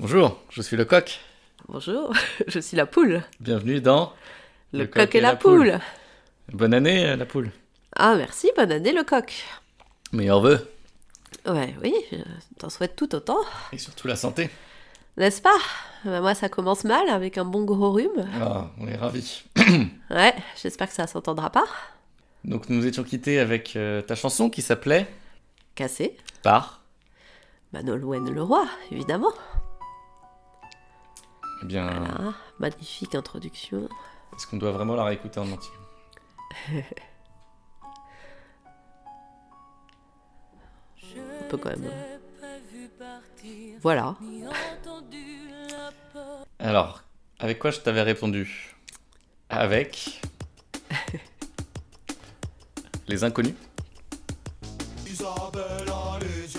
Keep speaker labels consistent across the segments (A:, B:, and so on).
A: Bonjour, je suis le coq.
B: Bonjour, je suis la poule.
A: Bienvenue dans
B: Le, coq, et la, poule.
A: Bonne année, euh, la poule.
B: Ah merci, bonne année le coq.
A: Meilleurs vœux.
B: Ouais, oui, je t'en souhaite tout autant,
A: Et surtout la santé.
B: n'est-ce pas Bah, Moi ça commence mal avec un bon gros rhume.
A: Ah, on est ravis.
B: Ouais, j'espère que ça s'entendra pas.
A: Donc, nous nous étions quittés avec euh, ta chanson qui s'appelait
B: Cassé.
A: Par.
B: Manolouen le roi, évidemment.
A: Eh bien,
B: Voilà, Ah, magnifique introduction.
A: est-ce qu'on doit vraiment la réécouter en entier
C: Je
B: peut quand même, euh,
C: t'ai pas vu partir,
B: Voilà.
C: ni entendu la porte.
A: Alors, avec quoi je t'avais répondu Avec. les inconnus.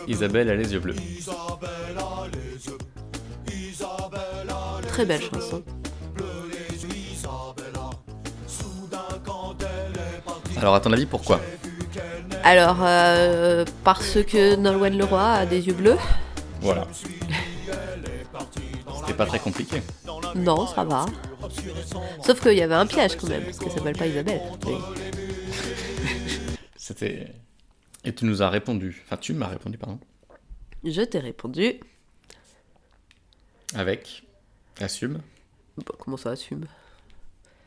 D: Isabelle a les yeux bleus.
A: Isabelle a les yeux bleus.
D: Isabelle a les yeux bleus. Isabelle a les
B: Très belle
D: yeux
B: chanson.
D: bleus, les yeux d'Isabella. Soudain quand elle est partie,
A: Alors, à ton avis, pourquoi
D: j'ai vu qu'elle n'était
B: Alors, euh, parce que Nolwenn le roi a des yeux bleus
A: Voilà.
D: partie dans la
A: C'était pas très compliqué.
B: Non, ça va. Sauf qu'il y avait un piège quand même, parce qu'elle s'appelle pas Isabelle. Mais-
A: C'était. Et tu nous as répondu. Enfin, tu m'as répondu, pardon.
B: Je t'ai répondu.
A: Avec. Assume.
B: Bah, comment ça assume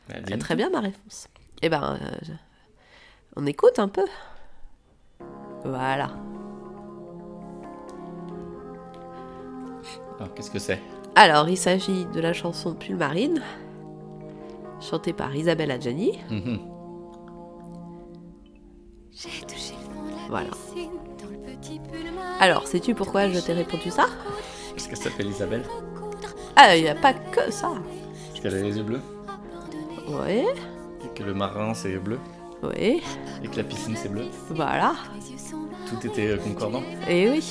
A: Bah,
B: Ah,
A: dis-nous.
B: Très bien ma réponse. Eh ben, euh, je- on écoute un peu. Voilà.
A: Alors, qu'est-ce que c'est
B: Alors, il s'agit de la chanson Pulmarine, chantée par Isabelle Adjani.
A: Mhm.
E: J'ai touché le fond de la
B: Voilà.
E: piscine dans le petit pull marine.
B: Alors, sais-tu pourquoi je t'ai répondu ça
A: Parce qu'elle s'appelle Isabelle.
E: Recoudre,
B: Ah, il n'y a pas que ça.
A: Parce qu'elle a les yeux bleus.
E: abandonner
B: Oui,
A: Et que le marin, c'est bleu.
B: oui,
A: Et que la piscine, c'est bleu.
B: voilà.
E: les yeux sont marrons.
A: Tout était euh, concordant.
B: Et eh oui,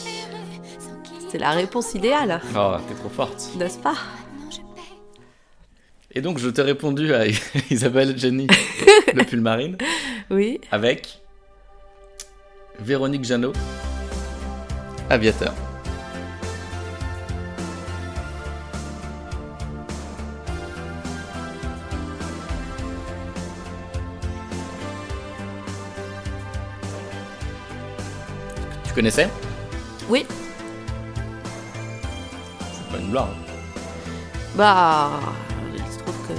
B: c'est la réponse idéale,
A: Oh, t'es trop forte.
B: n'est-ce pas
E: Maintenant je paie.
A: Et donc, je t'ai répondu à Isabelle Jenny, le pull marine,
B: Oui,
A: avec Véronique Jeannot, aviateur. Tu connaissais
B: oui.
A: C'est pas une blague.
B: Bah, il se trouve que.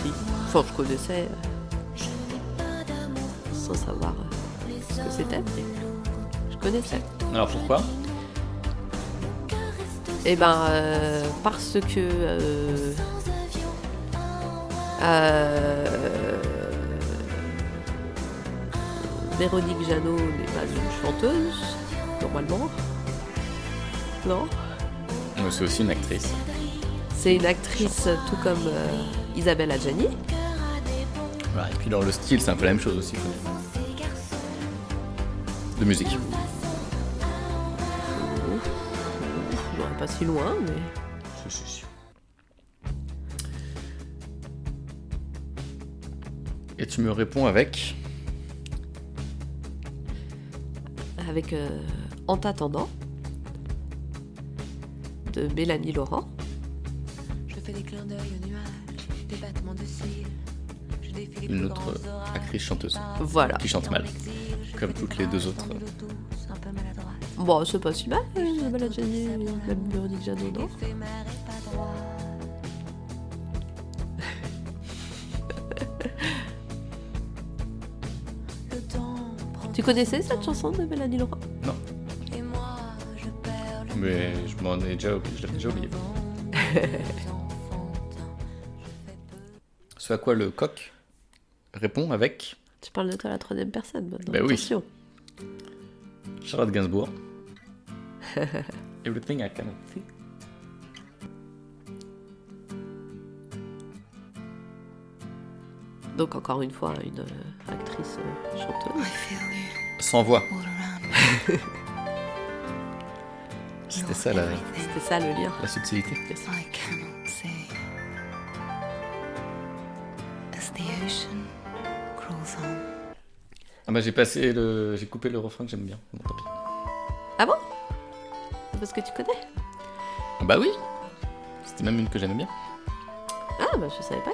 B: Si. Enfin, je connaissais euh,
E: Je n'ai pas d'amour pour
B: sans savoir euh,
E: les
B: ce que c'était.
E: hommes.
B: mais Je connaissais.
A: Alors pourquoi
E: Mon cœur reste
B: Eh ben, euh, parce que. euh,
E: sans avion. Un
B: euh, Véronique Jeannot n'est pas une chanteuse, normalement. Non
A: C'est aussi une actrice.
B: C'est une actrice tout comme euh, Isabelle Adjani.
E: cœur à des bons
A: et puis dans le style, c'est un peu la même chose aussi. quoi.
E: sens, ces garçons
A: De musique.
E: passant.
B: J'aurais pas si loin, mais.
A: Et tu me réponds avec
B: avec euh, En t'attendant de Mélanie Laurent.
C: Je fais des clins d'œil aux nuages, des battements de cils. Je défie les
A: une
C: plus
A: autre
C: grands
A: euh,
C: orages.
A: actrice chanteuse
B: Voilà.
A: qui chante mal. comme toutes les deux autres.
B: Bon, c'est pas si mal, euh, Isabelle Adjani, même Véronique Jeannot, non Tu connaissais cette chanson de Mélanie Laurent
A: Mais je m'en ai déjà oublié. Je l'avais déjà oublié. Ce à quoi le coq répond avec
B: Tu parles de toi à la troisième personne maintenant.
A: Ben oui.
B: Attention.
A: Charlotte Gainsbourg. Everything I can see.
B: Donc, encore une fois, une euh, actrice euh, chanteuse.
A: Sans voix.
C: Oh,
B: Oh
A: C'était ça la,
B: C'était ça le lien.
A: la subtilité. Ah bah j'ai passé le, j'ai coupé le refrain que j'aime bien. Bon, tant pis.
B: Ah bon parce que tu connais
A: Ah Bah oui C'était même une que j'aimais bien.
B: Ah, bah je savais pas.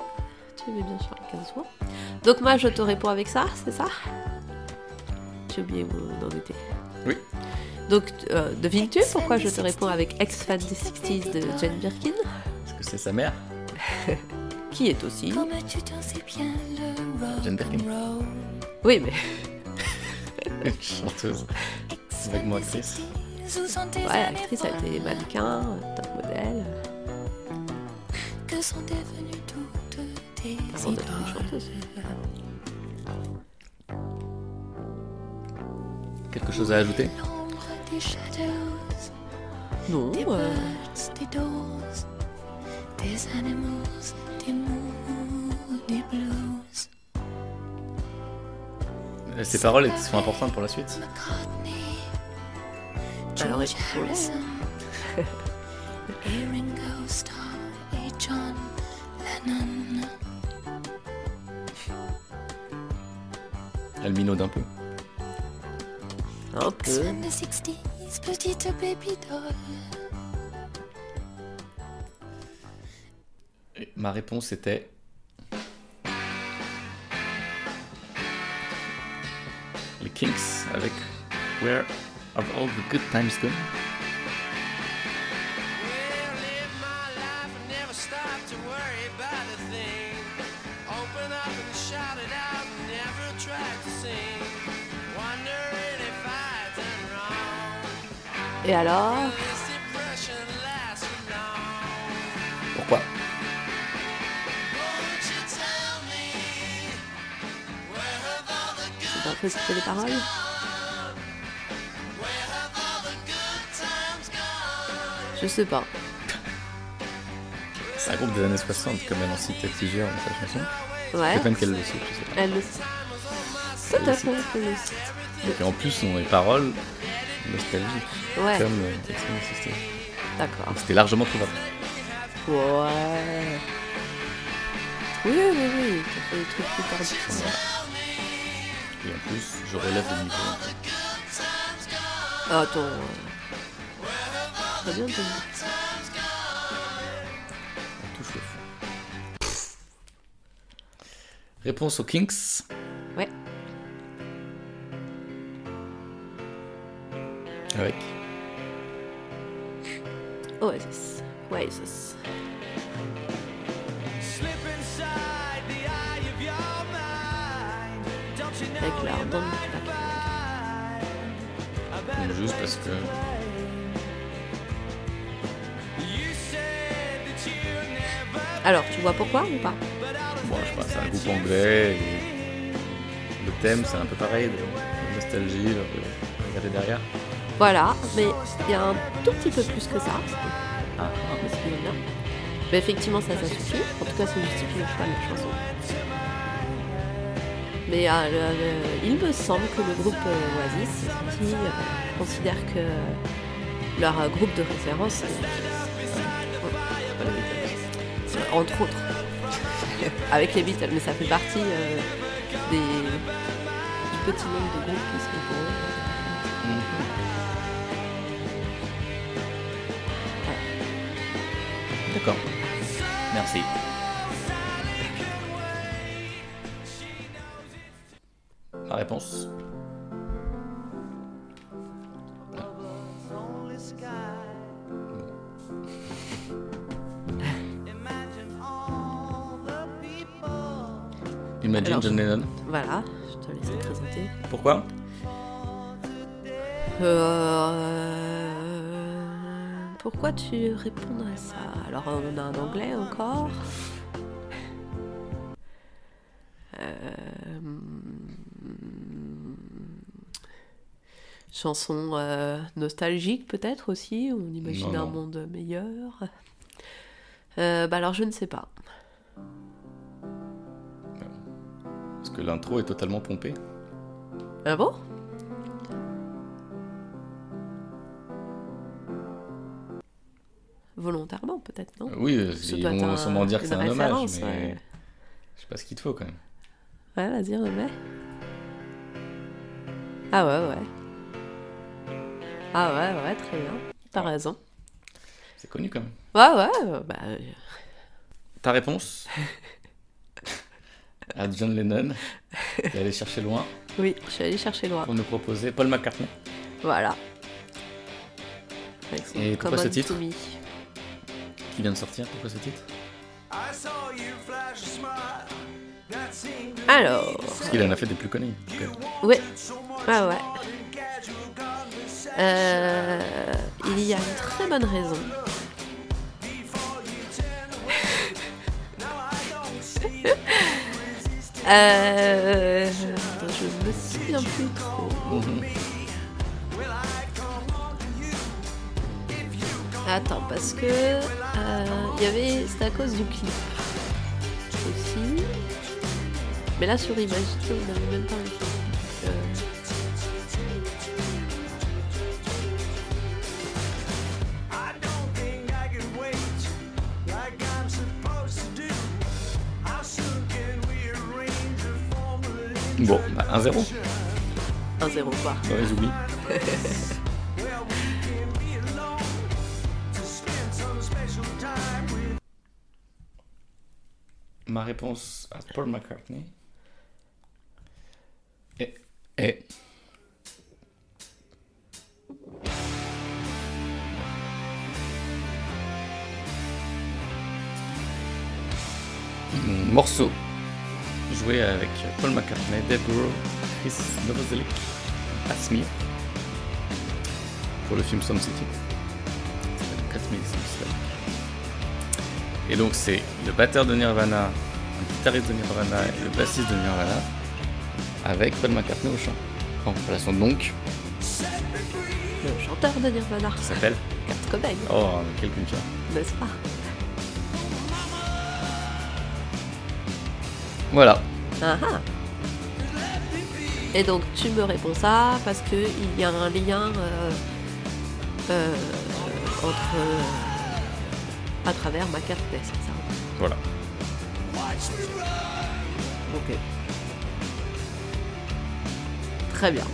B: Tu aimais bien Charles Gainsbourg. Donc moi, je te réponds avec ça, c'est ça J'ai oublié où on en était.
A: Oui.
B: Donc, euh, devines-tu pourquoi je te réponds avec Ex-Fan des 60s de Jane Birkin
A: Parce que c'est sa mère.
B: Qui est aussi...
E: Comme tu t'en sais bien, le
A: Jane Birkin.
E: rock'n'roll
B: Oui, mais...
A: Une chanteuse.
E: existe
A: Vaguement actrice.
E: Où sont tes
B: Ouais,
E: années
B: actrice, elle était mannequin, euh, top modèle.
E: folles Que sont devenues toutes tes
B: Avant d'être
E: idoles
B: une chanteuse.
A: Quelque chose à ajouter
E: L'ombre des shadows
B: Non,
E: Des
B: euh,
E: birds, des doors, des animals, des mots, des blues.
A: Euh, Ces paroles elles sont importantes pour la suite.
E: McCartney,
B: alors,
E: George Harrison, et Ringo Starr, et John Lennon.
A: Elle minaude un peu.
B: un peu...
E: X-Men des 60s, petite baby doll.
A: Et ma réponse était. Les Kinks avec Where Have All the Good Times Gone
F: Well, live my life and never stop to worry about a thing. Open up and shout it out and never try to sing. Wondering if I done wrong.
B: Et alors
F: This depression lasts for long.
A: Pourquoi
F: Won't you tell me where have all the
B: C'est un
F: good
B: peu citer les paroles
F: gone? Where have all the good times gone?
B: Je sais pas.
A: C'est un groupe des années 60, comme elle en citait plusieurs dans sa chanson.
B: Ouais,
A: C'est pas une qu'elle le cite, je sais
B: elle le sait. Tout à fait, elle le sait.
A: pas. Et en plus, on a les paroles nostalgiques,
B: Ouais,
A: comme euh, X-Men 60.
B: d'accord.
A: Donc c'était largement trouvable.
B: Ouais. Oui, oui, oui, t'as fait des trucs plus tardifs.
A: Et en plus, je relève le niveau. un peu.
B: Ah, Attends. euh. Très bien, Jane.
A: On touche le fond. Réponse aux Kinks.
B: Ouais.
A: Avec.
B: Oasis. Oasis.
F: Slip inside the eye of your mind. Don't you know
B: Avec leur dent de
A: Donc juste parce que
F: you said that you never,
B: Alors, tu vois pourquoi ou pas
A: Bon, je sais pas, c'est un groupe anglais. et le thème, c'est un peu pareil, de de nostalgie, de de regarder derrière.
B: Voilà, mais il y a un tout petit peu plus que ça. Parce qu'il y en a. Mais effectivement, ça, ça suffit. En tout cas, ça justifie le choix de la chanson. Mais euh, le- le- il me semble que le groupe euh, Oasis qui, euh, considère que leur euh, groupe de référence, c'est Euh, entre autres. Avec les Beatles, mais ça fait partie euh, des... du petit nombre de groupes qui euh, se regroupent.
A: D'accord. Merci. Ma réponse
F: lonely sky. Imagine all the people.
A: Imagine
B: Alors.
A: John Lennon.
B: Voilà, je te laisse le présenter.
A: Pourquoi
B: Euh, Pourquoi tu répondrais ça Alors on a un anglais encore. Euh, hmm, Chanson euh, nostalgique peut-être aussi, on imagine
A: Non,
B: un
A: non.
B: monde meilleur. Euh, bah alors je ne sais pas.
A: Parce que l'intro est totalement pompée.
B: Ah bon Volontairement peut-être, non
A: Oui, euh,
B: Ça
A: ils
B: doit être
A: vont
B: un-
A: sûrement dire que
B: une
A: c'est un
B: référence,
A: hommage, mais
B: ouais.
A: je sais pas ce qu'il te faut quand même.
B: Ouais, vas-y, remets. Ah ouais, ouais. Ah ouais, ouais, très bien. t'as
A: Ouais.
B: raison.
A: C'est connu quand même.
B: Ouais, ouais, euh, bah, euh,
A: Ta réponse à John Lennon, qui allait chercher loin
B: oui, je suis allée chercher loin.
A: pour nous proposer Paul McCartney.
B: Voilà. Avec son
A: Et pourquoi
B: Come
A: ce
B: on
A: titre
B: to me.
A: Qui vient de sortir, pourquoi ce titre
D: I saw you flash a smile. That seemed to
B: Alors,
A: Parce qu'il en a fait des plus connus. donc, euh,
B: ouais,
D: so much
B: ah ouais.
D: more than casual conversation.
B: Euh, il y a une très bonne raison. Euh, attends, je me souviens plus trop. Attends, parce que euh, il y avait, c'était à cause du clip aussi. Mais là sur Imagine, on n'avait même pas le clip. donc, euh,
D: I don't think I can wait like I'm supposed to do. How soon can we arrange a formal
A: Bon, bah, 1-0.
B: 1-0 quoi.
A: Mauvais oubli.
D: where we can be alone to spend some special time with
A: Ma réponse à Paul McCartney est. est- Morceau joué avec Paul McCartney, Dave Grohl, Chris Novoselic, Pat Smith pour le film Some City. Ça s'appelle Pat Smith, Some City. Et donc c'est le batteur de Nirvana, un guitariste de Nirvana et le bassiste de Nirvana avec Paul McCartney au chant. En relation donc,
B: Le chanteur de Nirvana,
A: qui s'appelle
B: Kurt Cobain,
A: Oh, quelle culture
B: n'est-ce pas
A: Voilà,
B: Ah ah. Et donc tu me réponds ça parce que il y a un lien euh, euh, entre euh, à travers ma carte P, c'est ça
A: voilà.
B: Ok. Très bien.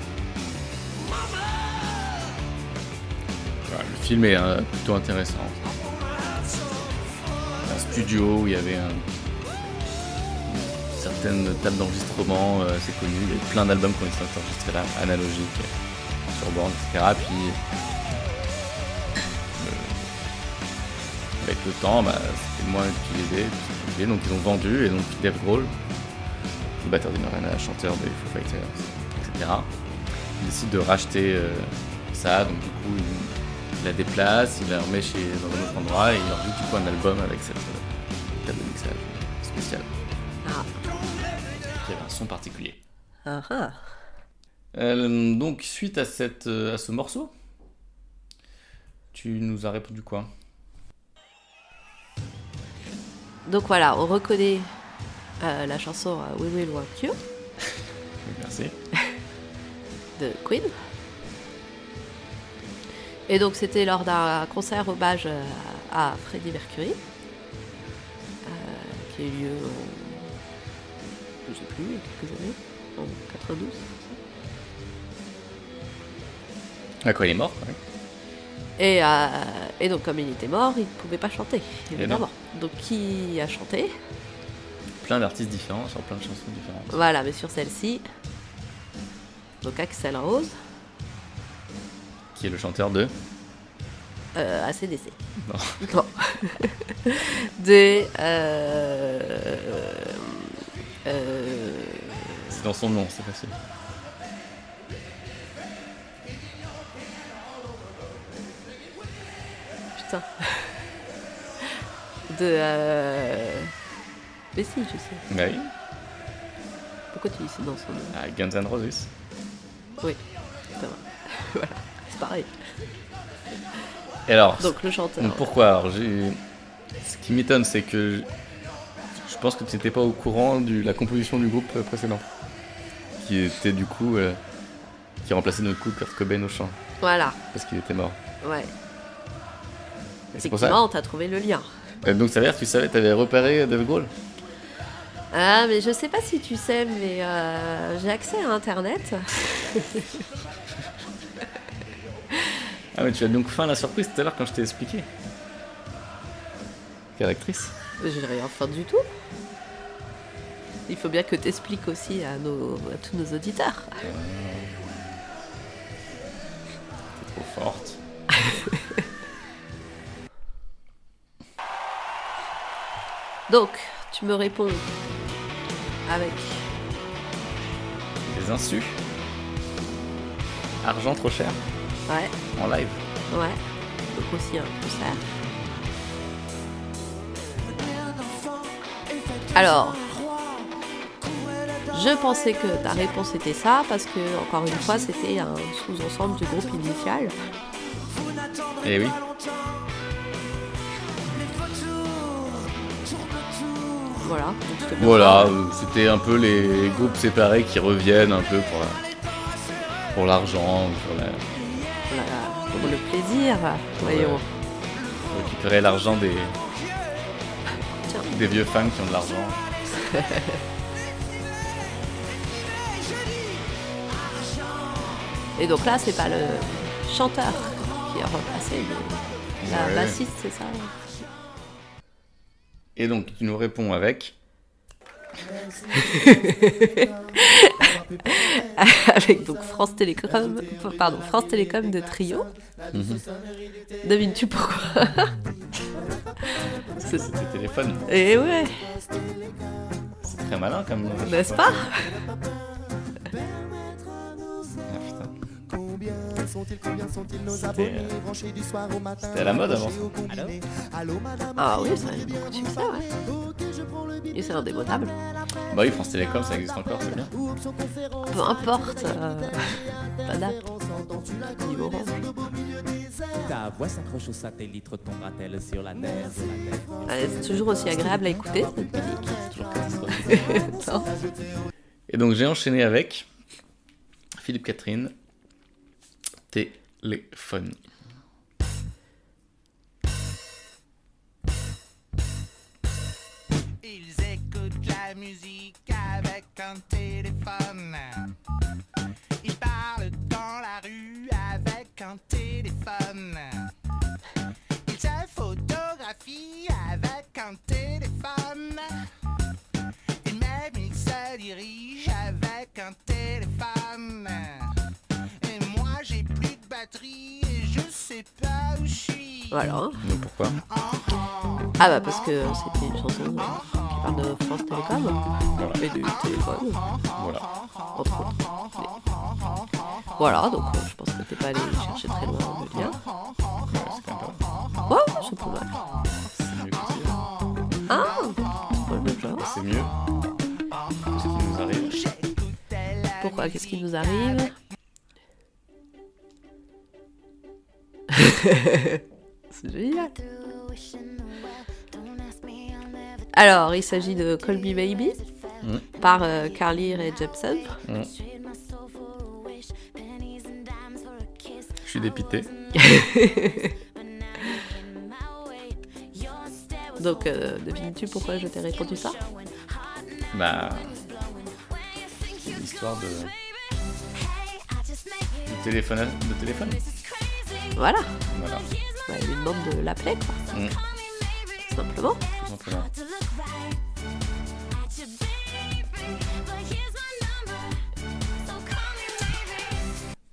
A: Voilà, Le film est euh, plutôt intéressant. Un studio où il y avait un... certaines tables d'enregistrement, euh, c'est connu. Il y a plein d'albums qui ont été enregistrés là, analogiques, euh, sur bande, etc. Puis euh, avec le temps, bah, c'était moins utilisé, plus utilisé. donc ils ont vendu et donc Dave Grohl, le batteur des Nirvana, chanteur des Foo Fighters, etc. Il décide de racheter euh, ça, donc du coup il, il la déplace, il la remet chez, dans un autre endroit et il leur dit du coup un album avec cette euh, table de mixage spéciale
B: Ah
A: qui avait un son particulier.
B: ah. ah.
A: Euh, donc suite à, cette, euh, à ce morceau, tu nous as répondu quoi
B: Donc voilà, on reconnaît euh, la chanson euh, We Will Rock You
A: Merci.
B: de Queen. Et donc c'était lors d'un concert hommage euh, à Freddie Mercury, euh, qui a eu lieu en, je sais plus, il y a quelques années, en 92.
A: À quoi il est mort ouais.
B: Et, euh, et donc comme il était mort, il ne pouvait pas chanter, évidemment. Donc qui a chanté
A: Plein d'artistes différents sur plein de chansons différentes.
B: Voilà, mais sur celle-ci, donc Axel Rose,
A: Qui est le chanteur de
B: euh, ACDC.
A: Non.
B: Non. de. euh, euh,
A: C'est dans son nom, c'est facile.
B: putain. De. euh, Mais si, je sais.
A: Bah oui.
B: Pourquoi tu dis c'est dans son nom
A: Ah, Guns N' Roses.
B: Oui. Ça va. voilà, c'est pareil.
A: Et alors,
B: Donc le chanteur.
A: Donc pourquoi Alors, j'ai- Ce qui m'étonne, c'est que je- je pense que tu n'étais pas au courant de la composition du groupe euh, précédent, qui était du coup euh, qui remplaçait notre coup Kurt Cobain au chant
B: Voilà,
A: parce qu'il était mort.
B: ouais.
A: Et C'est pour ça.
B: Effectivement, t'as trouvé le lien.
A: Euh, Donc ça veut dire que tu savais, t'avais repéré Dave Grohl.
B: Ah, mais je sais pas si tu sais, mais euh, j'ai accès à Internet.
A: Ah, mais tu as donc faim à la surprise tout à l'heure quand je t'ai expliqué. Quelle actrice
B: Mais Je n'ai rien faire du tout. Il faut bien que tu expliques aussi à, nos, à tous nos auditeurs.
A: T'es trop forte.
B: Donc, tu me réponds avec
A: Les insus. Argent trop cher.
B: ouais,
A: En live.
B: ouais, donc aussi un concert. Alors, je pensais que ta réponse était ça parce que encore une fois c'était un sous-ensemble du groupe initial.
A: Eh oui.
B: Voilà. donc c'était bien
A: Voilà,
B: ça.
A: euh, c'était un peu les groupes séparés qui reviennent un peu pour, la- pour l'argent, pour, la-
B: Pour, la- pour le plaisir. Voyons.
A: pour récupérer l'argent des,
B: Tiens.
A: des vieux fans qui ont de l'argent.
B: Et donc là, c'est pas le chanteur qui est remplacé, mais la
A: Ouais.
B: bassiste, c'est ça
A: Et donc, tu nous réponds avec
B: Avec donc France Télécom, pardon, France Télécom de Trio. Devines-tu pourquoi
A: Parce que c'était téléphone.
B: Eh ouais,
A: C'est très malin comme.
B: n'est-ce pas
A: Ah, putain. C'était euh, c'était à la mode avant ça.
B: Ah oui, ça a beaucoup de succès, ouais. Et c'est indémodable.
A: Bah oui, France Télécom, ça existe encore, c'est bien.
B: Peu importe, euh, t'adaptes. Ni orange.
G: Ta voix s'accroche au satellite, retombera-t-elle sur la Terre sur la Terre
B: Ouais, C'est toujours aussi agréable à écouter, cette musique.
A: C'est toujours catastrophique.
B: Non.
A: Et donc j'ai enchaîné avec Philippe Catherine, téléphone.
H: Ils écoutent la musique avec un téléphone. Ils parlent dans la rue avec un téléphone. Ils se photographient avec un téléphone. Et même ils se dirigent avec un téléphone. Et moi j'ai plus de batterie et je sais pas où je suis.
B: Voilà. hein.
A: Mais pourquoi
B: Ah bah parce que c'était une chanson euh, qui parle de France Télécom et du téléphone,
A: Voilà.
B: entre autres. Mais- Voilà, donc euh, je pense que t'es pas allé chercher très loin de lien.
A: Ouais, c'est quand même pas mal.
B: Ouais, c'est
A: C'est mieux. que tu-
B: pas mal. Ah, c'est pas le même genre.
A: C'est mieux. C'est ce qui nous arrive.
B: Pourquoi Qu'est-ce qui nous arrive C'est génial. Alors, il s'agit de Call Me Baby
A: Mm.
B: par euh, Carly Rae Jepsen.
A: Je suis dépité.
B: Donc, euh, devines-tu pourquoi je t'ai répondu ça
A: Bah. C'est l'histoire de. de téléphone. à- de téléphone.
B: Voilà.
A: Voilà.
B: Bah, il lui demande de l'appeler, quoi.
A: Mm.
B: Tout simplement.
A: Tout simplement.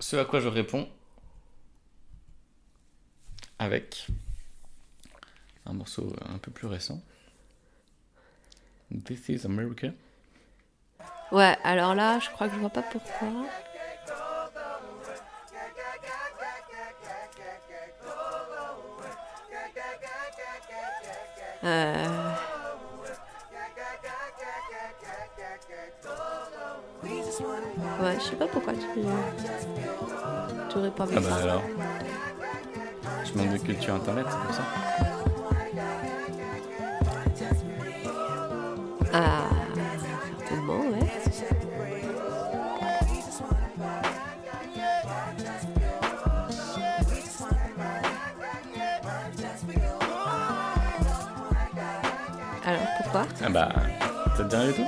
A: Ce à quoi je réponds avec un morceau un peu plus récent. This is America.
B: Ouais, alors là, je crois que je vois pas pourquoi. Euh, Ouais, je sais pas pourquoi tu. Tu réponds avec
A: Ah bah
B: ça.
A: alors. Je manque de culture internet, c'est pour ça.
B: Ah, certainement, ouais. Alors pourquoi
A: Ah bah. Ça te dit rien du tout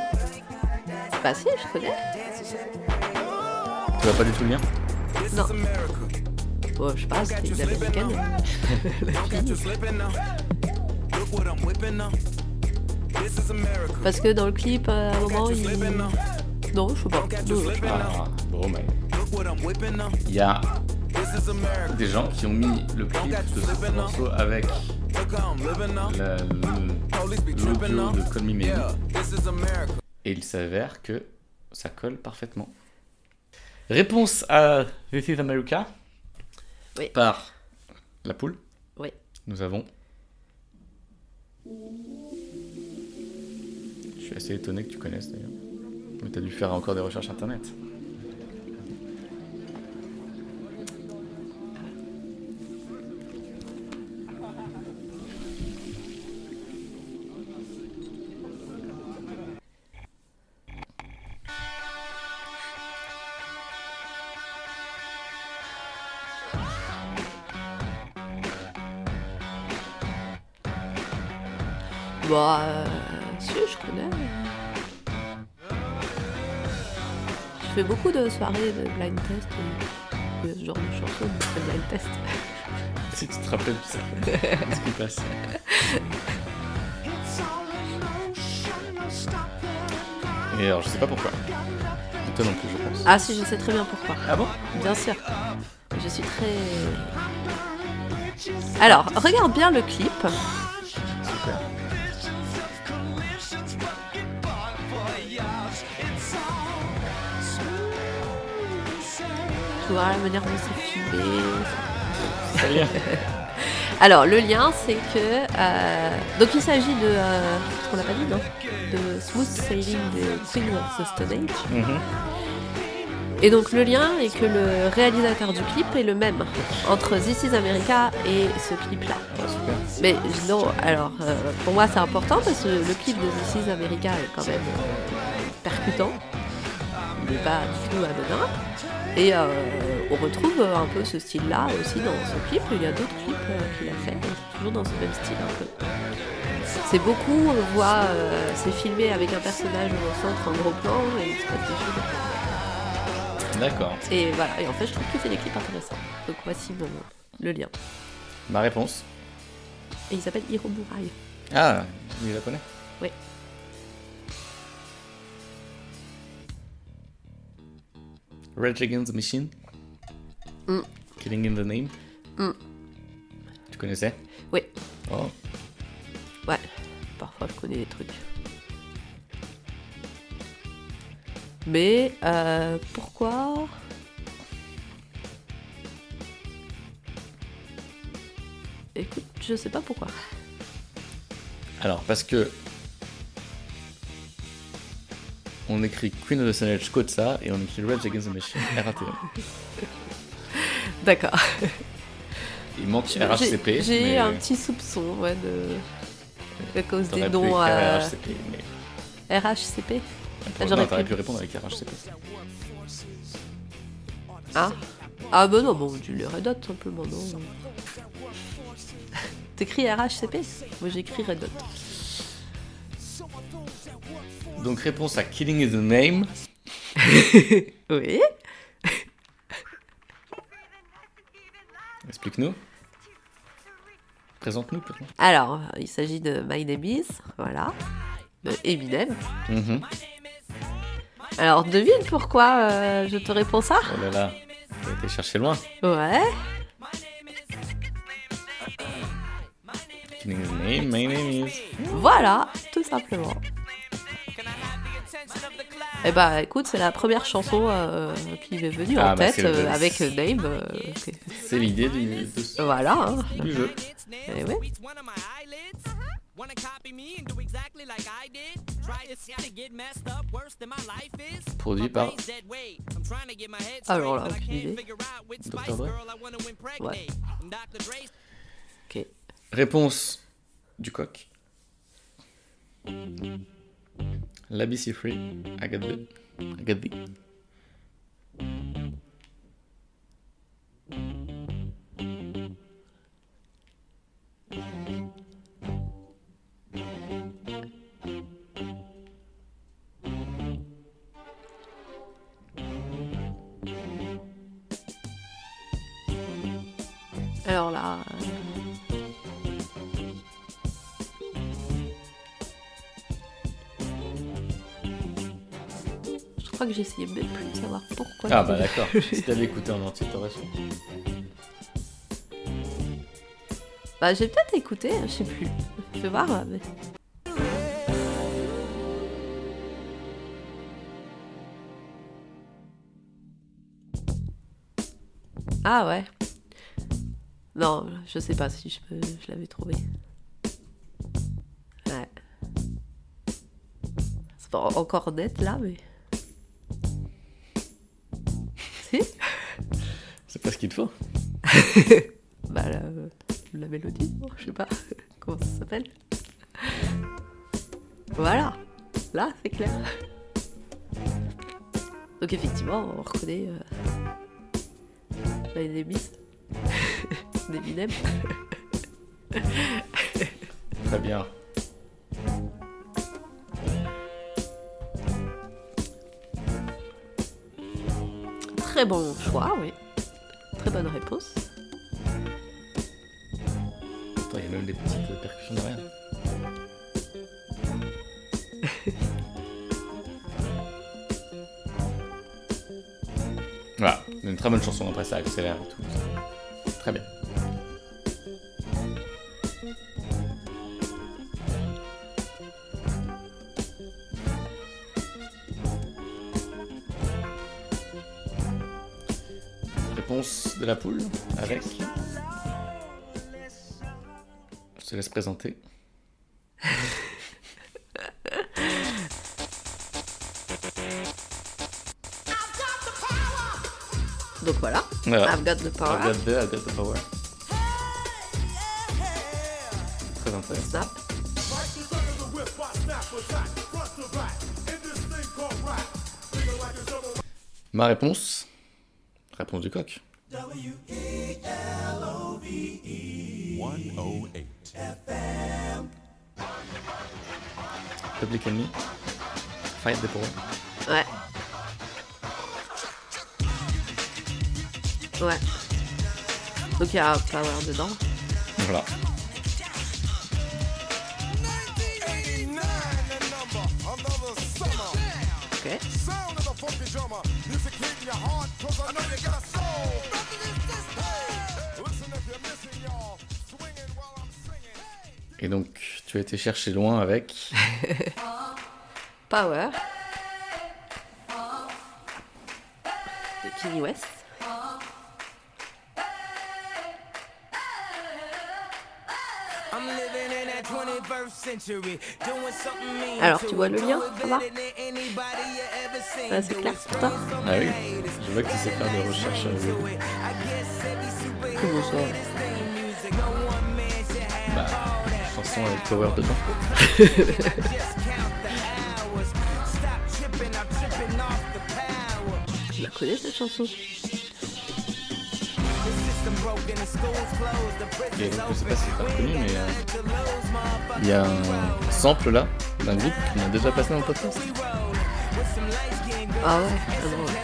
B: Bah si, je connais.
A: Tu vois pas du tout le lien
B: Non. Bon, je sais pas, c'était une américaine. Parce que dans le clip, euh, à un moment, il. Non, je sais pas. Non, je-
A: Ah, bon, mais. Il y a des gens qui ont mis le clip de ce morceau avec la- le- l'audio de Call Me Maybe. Et il s'avère que ça colle parfaitement. Réponse à This is America
B: Oui.
A: par la poule.
B: Oui.
A: Nous avons. Je suis assez étonné que tu connaisses d'ailleurs. Mais t'as dû faire encore des recherches internet.
B: Bah, euh, si, je connais. Je fais beaucoup de soirées de blind test et de ce genre de chansons, de blind test.
A: Si tu te rappelles de ça, de ce qui passe. Et alors, je sais pas pourquoi. Et toi non plus, je pense.
B: Ah si, je sais très bien pourquoi.
A: Ah bon
B: Bien sûr. Je suis très... Alors, regarde bien le clip.
A: Super.
B: Tu vois la manière dont c'est filmé.
A: Très bien.
B: Alors, le lien, c'est que... euh, Donc, il s'agit de... euh, Parce qu'on l'a pas dit, non De Smooth Sailing de Queen of the Stone Age.
A: Mhm.
B: Et donc le lien est que le réalisateur du clip est le même entre This is America et ce clip-là.
A: Ah, super.
B: Mais non, alors euh, pour moi c'est important parce que le clip de This is America est quand même euh, percutant, mais pas du tout anodin. Et euh, on retrouve euh, un peu ce style-là aussi dans ce clip. Il y a d'autres clips euh, qu'il a fait, mais c'est toujours dans ce même style un peu. C'est beaucoup, on voit, euh, c'est filmé avec un personnage au centre en gros plan et il se passe des choses.
A: D'accord.
B: Et voilà, et en fait, je trouve que c'est des clips intéressants. Donc voici mon- le lien.
A: Ma réponse.
B: Et il s'appelle Hiromurai.
A: Ah, il est japonais
B: Oui.
A: Rage Against the Machine
B: Mm.
A: Killing in the Name
B: Mm.
A: Tu connaissais
B: Oui,
A: Oh,
B: ouais. Parfois, je connais des trucs. Mais euh, pourquoi Écoute, je sais pas pourquoi.
A: Alors, parce que. On écrit Queen of the Sun Age Code ça et on écrit Rage Against the Machine RATM.
B: D'accord.
A: Il manque
B: J'ai
A: RHCP.
B: j'ai
A: mais
B: un petit soupçon, ouais, de. À cause
A: t'aurais
B: des
A: pu
B: noms
A: écrire
B: à
A: RHCP, mais.
B: RHCP.
A: Non,
B: euh, Ah, J'aurais
A: t'aurais
B: pu.
A: pu répondre avec RHCP.
B: Ah Ah bah non, bon, tu les Red Hot simplement, non T'écris RHCP Moi j'écris Red Hot.
A: Donc, réponse à Killing in the Name.
B: Oui
A: Explique-nous. Présente-nous, peut-être.
B: Alors, il s'agit de My Name Is, voilà, de Eminem.
A: Mhm.
B: Alors devine pourquoi euh, je te réponds ça
A: Oh là là, t'as été chercher loin.
B: Ouais
A: Killing in the Name, my name is.
B: Voilà, tout simplement. Eh bah écoute, c'est la première chanson euh, qui m'est venue
A: Ah,
B: en
A: bah, c'est
B: tête
A: le-
B: euh, avec Name. euh, c'est-
A: C'est l'idée du, de ce-
B: voilà, hein.
A: du jeu.
B: Eh ouais.
A: Produit par
B: Alors là, aucune idée.
A: Dr. Dre.
B: Ouais. Ok.
A: Réponse du coq. L'ABC Free, Agathe B. Agathe B.
B: Alors là, je crois que j'essayais même plus de savoir pourquoi.
A: Ah
B: je
A: bah
B: faisais-
A: d'accord, si t'avais écouté en entier, t'aurais su.
B: Bah j'ai peut-être écouté, je sais plus. Je vais voir. mais- Ah ouais. Non, je sais pas si je, peux- je l'avais trouvé. Ouais. C'est pas encore net là, mais. Si
A: C'est pas ce qu'il te faut.
B: Bah la, la mélodie, non, je sais pas comment ça s'appelle. Voilà, là c'est clair. Donc effectivement, on reconnaît euh, My Name Is d'Eminem.
A: Très bien.
B: Très bon choix, oui. Très bonne réponse.
A: Attends, il y a même des petites euh, percussions derrière. voilà, une très bonne chanson, après ça accélère et tout. Très bien. Réponse de la poule avec. Je te laisse présenter.
B: Donc voilà,
A: Voilà.
B: I've got the power.
A: I've got the, I've got the power. Très intéressant.
B: Snap.
A: Ma réponse Réponse du coq.
I: 108.
A: Public Enemy. Fight the power.
B: Ouais. Ouais. Donc il y a Power dedans.
A: Voilà.
B: Ok.
A: Et donc, tu as été chercher loin avec.
B: Power de Kenny West.
F: Alors, tu vois le lien, ça va
B: Ah, c'est clair pour toi
A: Ah oui Je vois que tu sais faire des recherches. euh,
B: Comment ça
A: bah, chanson avec power dedans.
B: Je la connais cette chanson.
A: Et donc, je sais pas si t'as reconnu, mais euh, il y a un sample là d'un groupe qu'on a déjà passé dans le podcast.
B: Ah ouais, ah non, ouais.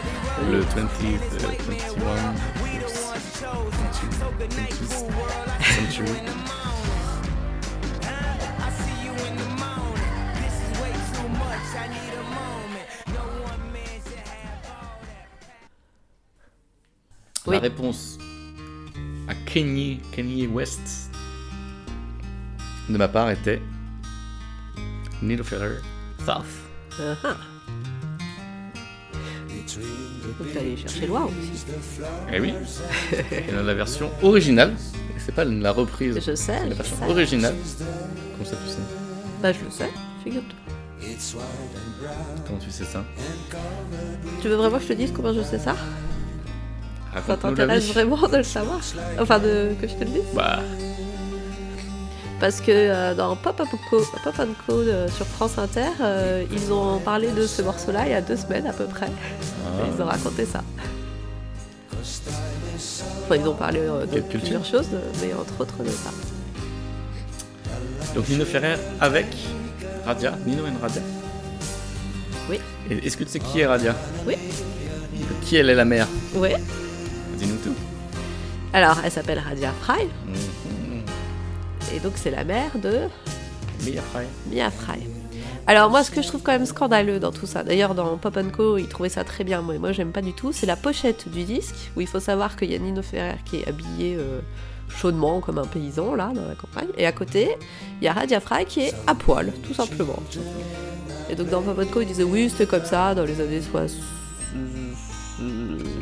A: Le 20, euh, 21, oops, 22, 22, 22.
B: Oui.
A: La réponse à Kanye, Kanye West de ma part était Needle Feather South.
B: Ah, ah. Donc t'es allé chercher loin aussi.
A: Eh oui, et dans la version originale, et c'est pas la reprise,
B: Je sais,
A: c'est la
B: je
A: version
B: sais.
A: originale. Comment ça tu sais
B: Bah je le sais, figure-toi.
A: Comment tu sais ça
B: Tu veux vraiment que je te dise comment je sais ça Ça
A: Raconte-nous la
B: t'intéresse
A: vie.
B: vraiment de le savoir Enfin, de, que je te le dise
A: Bah,
B: Parce que euh, dans Pop Up Co, Pop and Co, euh, sur France Inter, euh, ils ont parlé de ce morceau-là il y a deux semaines à peu près.
A: Ah.
B: Et Ils ont raconté ça. Enfin, ils ont parlé euh, de
A: Quelle culture.
B: plusieurs choses, mais entre autres de ça.
A: donc Nino Ferrer avec Radia, Nino and Radia.
B: Oui.
A: Et est-ce que tu sais qui est Radia
B: Oui.
A: Qui elle est la mère
B: Ouais.
A: Dis-nous tout.
B: Alors, elle s'appelle Radia Fry,
A: Mhm.
B: et donc c'est la mère de
A: Mais après,
B: Mia Fry. Alors moi, ce que je trouve quand même scandaleux dans tout ça, d'ailleurs dans Pop Co, ils trouvaient ça très bien, moi, moi j'aime pas du tout, c'est la pochette du disque, où il faut savoir qu'il y a Nino Ferrer qui est habillé euh, chaudement comme un paysan, là, dans la campagne, et à côté, il y a Radia Fry qui est à poil, tout simplement. Et donc dans Pop Co, ils disaient oui, c'était comme ça, dans les années 60,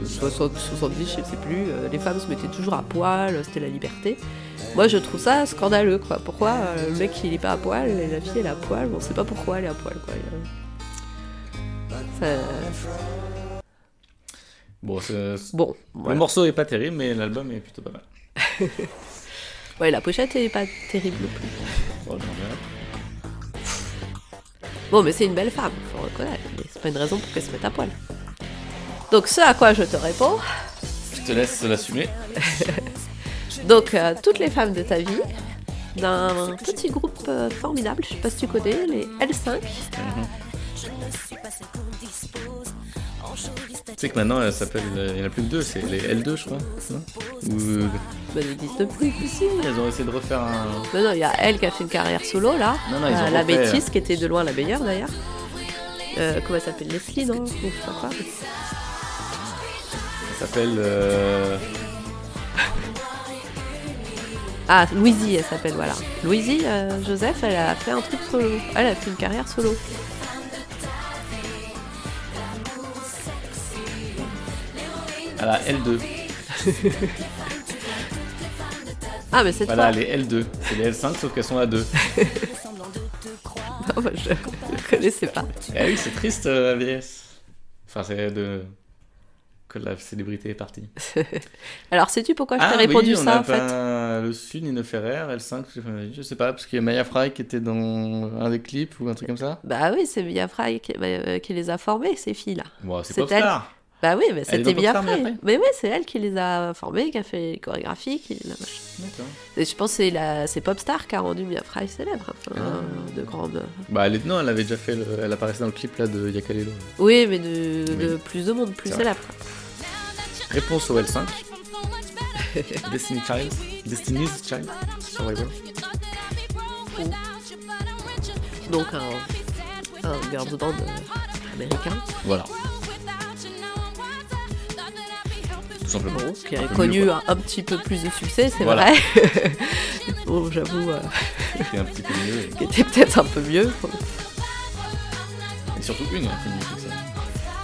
B: 60, 70, je sais plus, euh, les femmes se mettaient toujours à poil, c'était la liberté. Moi je trouve ça scandaleux quoi. Pourquoi euh, le mec il est pas à poil et la fille elle est à poil On sait pas pourquoi elle est à poil quoi. Il y a- Ça-
A: bon, ce- ce-
B: Bon,
A: le
B: voilà.
A: morceau est pas terrible, mais l'album est plutôt pas mal.
B: Ouais, la pochette est pas terrible. non plus.
A: Oh, j'en viens.
B: Bon, mais c'est une belle femme, faut reconnaître. Mais c'est pas une raison pour qu'elle se mette à poil. Donc, ce à quoi je te réponds,
A: Je te laisse l'assumer.
B: donc euh, toutes les femmes de ta vie, d'un petit groupe euh, formidable, je sais pas si tu connais, les L5.
A: Tu sais que maintenant, elle s'appelle. euh, Il y en a plus que deux, c'est les L2, je crois. non Ou. euh,
B: Ben, ils disent de plus ici.
A: Elles ont essayé de refaire un.
B: Non, non, il y a elle qui a fait une carrière solo là.
A: Non, non, ils
B: Euh,
A: ont
B: la
A: refait,
B: bêtise qui était de loin la meilleure d'ailleurs. Euh, comment elle s'appelle Leslie, non Ou je sais pas quoi.
A: Elle s'appelle. euh,
B: Ah, Louisie, elle s'appelle, voilà. Louisie, euh, Joseph, elle a fait un truc solo. Elle a fait une carrière solo.
A: à la L2.
B: Ah, mais cette
A: Voilà,
B: fois.
A: les L2. C'est les L5, sauf qu'elles sont à 2.
B: Non, moi, je ne connaissais pas.
A: Eh oui, c'est triste, euh, AVS. Enfin, c'est de. que la célébrité est partie. Ah
B: Alors, sais-tu pourquoi je t'ai
A: oui,
B: répondu
A: on
B: ça
A: a
B: en fait
A: pas Le Sud, Nino Ferrer, L5, je- je sais pas, parce qu'il y a Maya Fry qui était dans un des clips ou un truc comme ça.
B: Bah oui, c'est Mia Fry qui, euh, qui les a formées, ces filles-là.
A: Bon, c'est
B: C'est
A: Popstar.
B: Bah oui, mais
A: Elle est
B: c'était
A: dans
B: Mia
A: Popstar, Mia
B: Fry.
A: Fry
B: Mais oui, c'est elle qui les a formées, qui a fait les chorégraphies, qui les a machin.
A: D'accord.
B: Et je pense que c'est la- c'est Popstar qui a rendu Mia Fry célèbre, hein. enfin,
A: Ah.
B: de grande.
A: Bah, elle est- non, elle avait déjà fait. le- Elle apparaissait dans le clip là de Yakalelo.
B: Oui, mais de,
A: Oui.
B: de plus de monde, plus
A: C'est
B: célèbre. quoi.
A: Réponse au L5. Destiny Child. Destiny's Child. Survivor.
B: Donc un, un girls band euh, américain,
A: Voilà, tout simplement.
B: bon, qui
A: Un
B: a
A: peu
B: connu
A: mieux,
B: un, un petit peu plus de succès, c'est
A: Voilà.
B: vrai. bon, j'avoue, euh,
A: quoi. Qui est un petit peu mieux.
B: qui était peut-être un peu mieux.
A: Et, et surtout une, hein, qui est mieux que ça.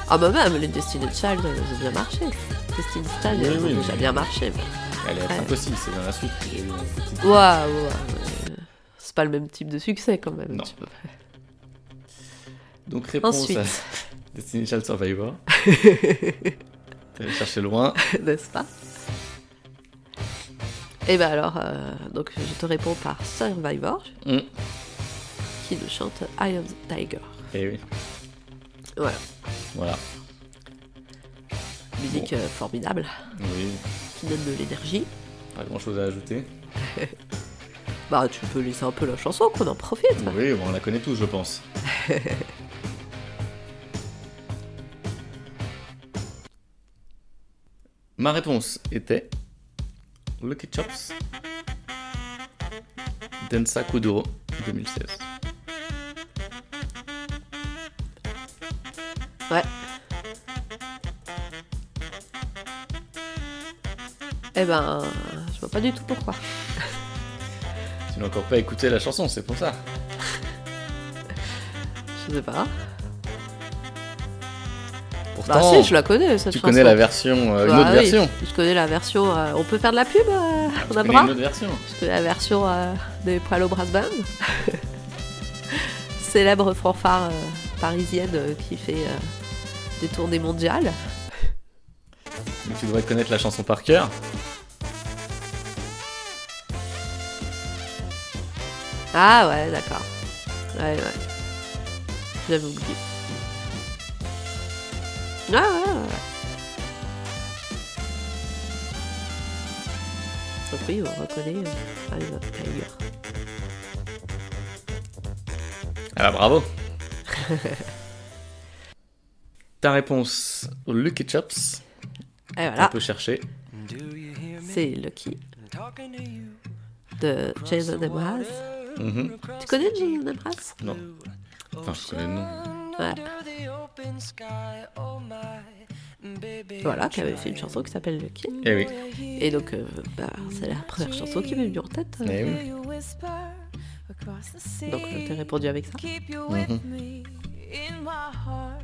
B: Ah bah même, les Destiny's Child, elles ont bien marché. Destiny's Child,
A: Oui,
B: elles ont
A: oui,
B: déjà
A: mais-
B: bien marché.
A: Elle est
B: Ouais.
A: impossible, c'est dans la suite. qu'il y a eu un petit-
B: Waouh, waouh, mais, euh, c'est pas le même type de succès quand même.
A: Non.
B: tu peux-
A: Donc réponse
B: Ensuite.
A: à Destiny Child Survivor. T'allais chercher loin.
B: n'est-ce pas Et ben alors, euh, donc je te réponds par Survivor,
A: Mm.
B: qui nous chante Iron Tiger.
A: Et oui,
B: Voilà,
A: voilà.
B: musique euh, formidable,
A: Oui,
B: qui donne de l'énergie.
A: pas grand chose à ajouter.
B: Bah tu peux laisser un peu la chanson, qu'on en profite.
A: Oui, bon, on la connaît tous, je pense. Ma réponse était Lucky Chops Densa Kuduro 2016.
B: Ouais. Eh ben, je vois pas du tout pourquoi.
A: Tu n'as encore pas écouté la chanson, c'est pour ça.
B: Je sais pas. Bah
A: Pourtant,
B: si, je la connais cette
A: tu
B: chanson.
A: connais la version, euh, une
B: Bah
A: autre
B: oui,
A: version.
B: Je connais la version. euh, on peut faire de la pub euh,
A: Tu
B: On a
A: connais
B: bras
A: une autre version.
B: Parce que la version euh, des Pralo Brass Band. Célèbre fanfare euh, parisienne euh, qui fait euh, des tournées mondiales.
A: Mais tu devrais connaître la chanson par cœur.
B: Ah ouais, d'accord. Ouais, ouais. J'avais oublié. Ah ouais, ouais, ouais. Donc oui, on reconnaît euh, Eye of Tiger.
A: Ah bah bravo Ta réponse, Lucky Chops,
B: Et
A: on
B: voilà,
A: peut chercher.
B: c'est Lucky de Jason Demas.
A: Mhm.
B: Tu connais Jason Demas
A: Non. Enfin, je connais le nom.
B: Ouais.
F: oh
B: Voilà, qui avait fait une chanson qui s'appelle Lucky.
A: Eh oui.
B: Et donc, euh, bah, c'est la première chanson qui m'est venue en tête. euh.
A: Eh oui.
B: Donc, je t'ai répondu avec ça.
E: Keep you
B: Mm-hmm.
E: with me in my heart.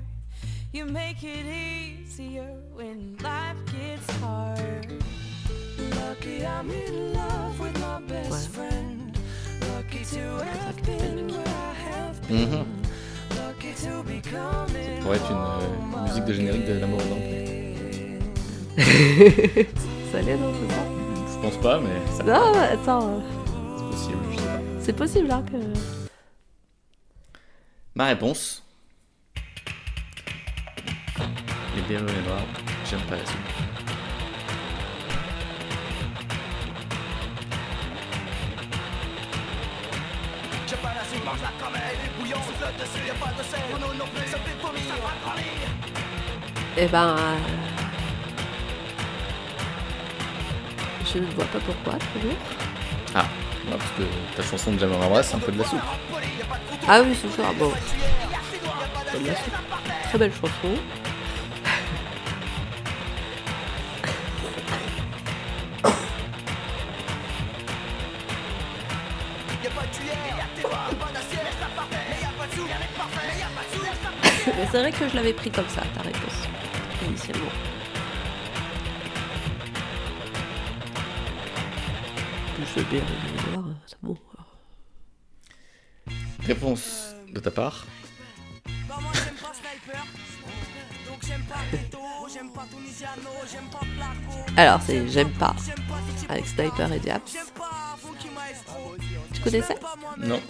E: You make it easier when life gets hard. Lucky I'm in love with my best
B: Voilà.
E: friend. Lucky to have been where I have been.
B: Mm-hmm.
A: Mhm.
E: Lucky to be coming
A: pourrait être une euh, musique de générique de l'amour dans
B: Ça allait, non c'est ça
A: Je pense pas, mais ça
B: Non, attends, euh,
A: c'est possible. je sais pas.
B: c'est possible hein, que.
A: Ma réponse. Les Bermudes noirs, j'aime pas la soupe.
D: J'ai pas la soupe, mange-la comme elle est bouillante Souffle dessus, y'a pas de sel Pour nous non plus, ça fait vomir, ça va grandir
B: Eh ben. euh, Je ne vois pas pourquoi, toujours.
A: Ah, bah, parce que ta chanson de Jammer Embrace, c'est un peu de la soupe.
B: Ah oui, ce soir, bon. Comme la suite. Très belle chanson. Mais c'est vrai que je l'avais pris comme ça, ta réponse, initialement. Je veux bien le voir, euh, c'est bon.
A: Réponse de ta part.
F: Bah moi j'aime pas Sniper, donc j'aime pas Ghetto, j'aime pas Tunisiano, j'aime pas Placo,
B: Alors, c'est J'aime pas,
F: j'aime pas Titi
B: avec
F: Bousta,
B: Sniper et Diaps.
F: J'aime pas Funky Maestro,
B: Tu connaissais
F: pas moi
A: Non.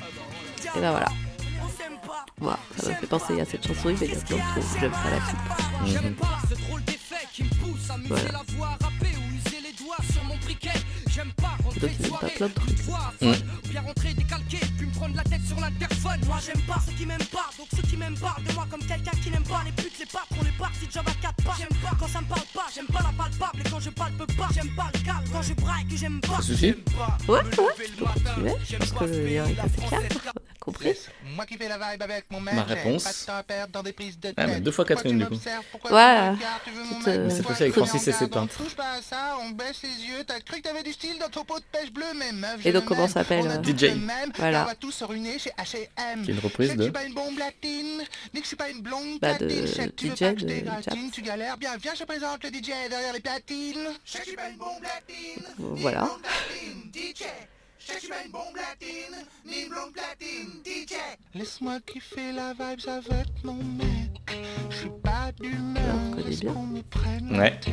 B: Et ben voilà.
F: on s'aime pas.
B: Moi, ça m'a fait penser à cette chanson immédiatement. Je trouve J'aime pas la soupe.
F: J'aime pas ce drôle d'effet qui me pousse à muser
B: Voilà.
F: la voix, rapper ou user les doigts sur mon briquet. J'aime pas
B: donc,
F: rentrer
B: il
F: de
B: aime pas
F: soirée,
B: plein de trucs.
F: une fois folle, ou bien rentrer décalqué, puis me prendre la tête sur l'interphone. Moi j'aime pas ceux qui m'aiment pas, donc ceux qui m'aiment parlent de moi comme quelqu'un qui n'aime pas les putes, les patrons, les parties de job à quatre pas. J'aime pas quand ça me parle pas, j'aime pas la palpable et quand je palpe pas, j'aime pas le calme quand je braille que j'aime pas.
A: Ça suffit
B: Ouais, ouais, je peux continuer. Je pense que le lien est assez clair. On a compris.
H: Moi qui fais la vibe avec mon mec.
A: Ma réponse.
H: Pas de temps à perdre dans des prises de
A: Ah, mais
H: tête.
A: deux fois
H: Pourquoi
A: Catherine,
H: tu
A: du coup.
H: m'observes Pourquoi
B: Ouais,
H: tu me regardes Tu veux mon
B: petite,
H: mec
B: euh, Mais c'est
A: pour ça avec
H: Toi,
A: Francis
H: tu me
A: et ses
H: regardes, on
A: peintres.
H: touche pas à ça, on baisse les yeux. T'as cru que t'avais du style dans ton pot de pêche bleue, mais meuf,
B: Et
H: je
B: donc, comment
H: m'aime.
B: s'appelle,
H: On a
B: euh,
H: tous
A: DJ.
H: le même,
B: Voilà.
H: On va tous se ruiner chez H&M.
A: Qui est une reprise
H: Je sais
A: de-
H: que je suis pas une bombe latine, ni que je suis pas une blonde
B: Bah, de
H: platine. Je sais que tu veux
B: DJ
H: pas que je
B: de
H: dégratine,
B: Japs.
H: Tu galères. Bien, viens, je te présente le DJ derrière les platines. Je sais que je suis pas une bombe latine. ni une
B: Voilà.
H: blonde platine. DJ. Je sais que je suis pas une bombe latine, ni une blonde platine. DJ. Laisse-moi kiffer la vibes avec mon mec. Je suis pas d'humeur.
B: On connaît bien.
H: On me prenne la
A: Ouais.
H: tête.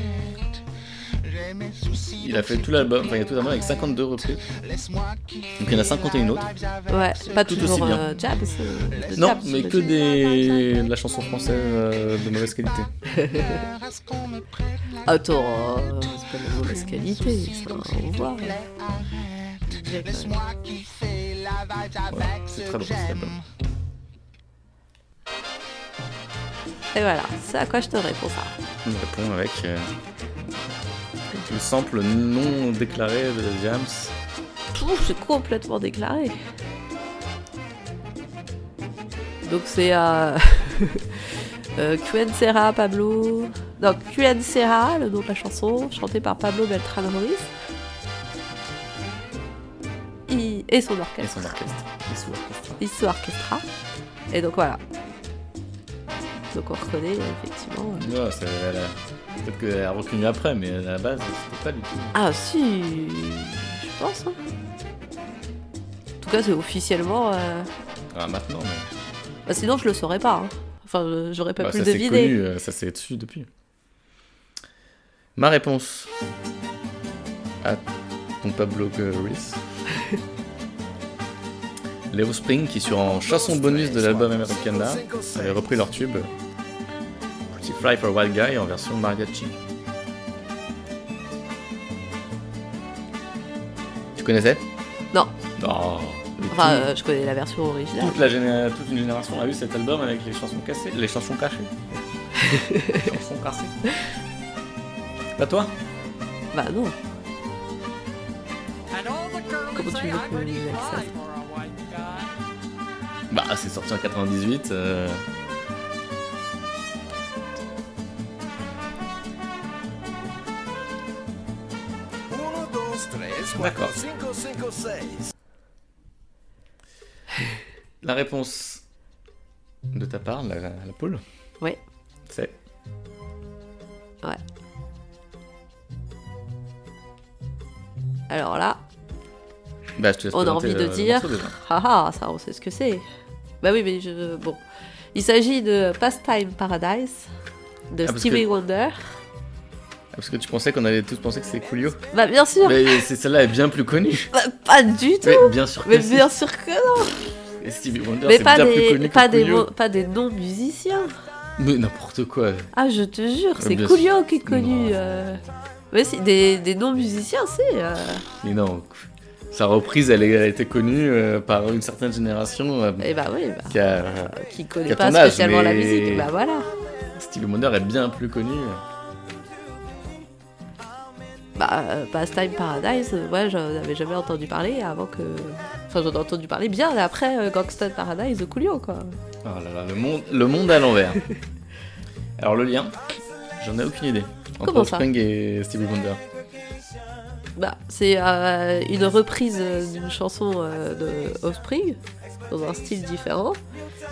H: J'ai mes soucis,
A: Il a
H: donc
A: fait
H: c'est
A: tout l'album, enfin il y a tout l'album avec 52 reprises.
H: Laisse-moi kiffer
A: Donc il y en a 51 autres.
H: la vibes avec
B: Ouais,
H: ce
B: pas
H: tout
B: toujours
A: aussi bien.
B: euh, Jabs. euh, de
A: Non,
B: Jabs,
A: mais que
B: j'imagine.
A: des... de la chanson française euh, de mauvaise qualité.
H: bonheur, à ce qu'on me prenne la
B: Attends, euh, c'est pas de mauvaise
H: Mmh.
B: qualité. ça, on voit.
H: plaie, arrête.
B: Jack, euh,
H: Laisse-moi kiffer la vibes avec
A: c'est
H: ce
A: très
H: que
A: drôle, cet album.
H: j'aime.
B: Et voilà, c'est à quoi je te réponds ça.
A: On répond avec euh, le sample non déclaré de James.
B: Pouf, j'ai complètement déclaré. Donc c'est euh, euh, QN Serra Pablo. Non, QN Serra, le nom de la chanson, chantée par Pablo Beltran Ruiz. I- Et son
A: et
B: orchestre.
A: son orchestre. Et sous orchestre.
B: Isso Orchestra. Et donc voilà. Donc on reconnaît euh, effectivement. euh.
A: Ouais, c'est- elle a- Peut-être qu'elle a reconnu après, mais à la base, c'était pas du tout.
B: Ah si, je pense. hein. En tout cas, c'est officiellement. euh,
A: Ah, maintenant, mais.
B: Bah, sinon, je le saurais pas. hein. Enfin, euh, j'aurais pas
A: Bah,
B: pu
A: ça
B: le
A: s'est
B: deviner.
A: connu, euh, ça s'est dessus depuis. Ma réponse à ton Pablo Ruiz. Les Spring qui sur en chanson bonus de l'album Americana avaient repris leur tube Pretty Fly for Wild Guy en version mariachi. Tu connaissais
B: Non,
A: Non.
B: enfin, euh, je connais la version originale.
A: Toute, la géné- toute une génération a eu cet album avec les chansons cassées. Les chansons cachées. les chansons cassées. Pas toi
B: Bah non. Comment tu veux que je dise ça
A: Bah, c'est sorti en 98. euh. D'accord. La réponse de ta part, la, la poule
B: Ouais.
A: C'est
B: Ouais. Alors là,
A: Bah, je te laisse
B: on a
A: présenter
B: envie
A: le-
B: de
A: le
B: dire,
A: morceau déjà.
B: ah ah, ça on sait ce que c'est. Bah oui, mais je, bon, il s'agit de Pastime Paradise de
A: Ah, parce
B: Stevie
A: que-
B: Wonder.
A: Ah, Parce que tu pensais qu'on allait tous penser que c'est Coolio.
B: Bah bien sûr,
A: Mais c'est- celle-là est bien plus connue.
B: bah, pas du tout.
A: Mais bien sûr que
B: Mais
A: si.
B: bien sûr que non,
A: Et Stevie Wonder,
B: mais
A: c'est
B: pas
A: bien plus
B: des,
A: connu
B: pas,
A: que
B: des,
A: Coolio.
B: mo- pas des non-musiciens.
A: Mais n'importe quoi.
B: Ah, je te jure, c'est
A: bien
B: Coolio qui est connu.
A: Non.
B: euh. Mais si, des, des non-musiciens, c'est. euh.
A: Mais non. Sa reprise, elle, est- elle a été connue euh, par une certaine génération euh,
B: Eh bah oui, bah,
A: qui a,
B: qui connaît
A: Qu'à
B: pas
A: ton âge,
B: spécialement la
A: mais-
B: musique, bah voilà.
A: Stevie Wonder est bien plus connu.
B: Bah, euh, Pastime Paradise, euh, ouais, j'en avais jamais entendu parler avant que. Enfin, j'en ai entendu parler bien après euh, Gangsta Paradise de Coolio, quoi.
A: Oh là là, le monde, le monde à l'envers. Alors le lien, j'en ai aucune idée. Entre
B: Comment ça
A: Offspring et Stevie Wonder.
B: Bah, c'est euh, une reprise euh, d'une chanson euh, de Offspring, dans un style différent.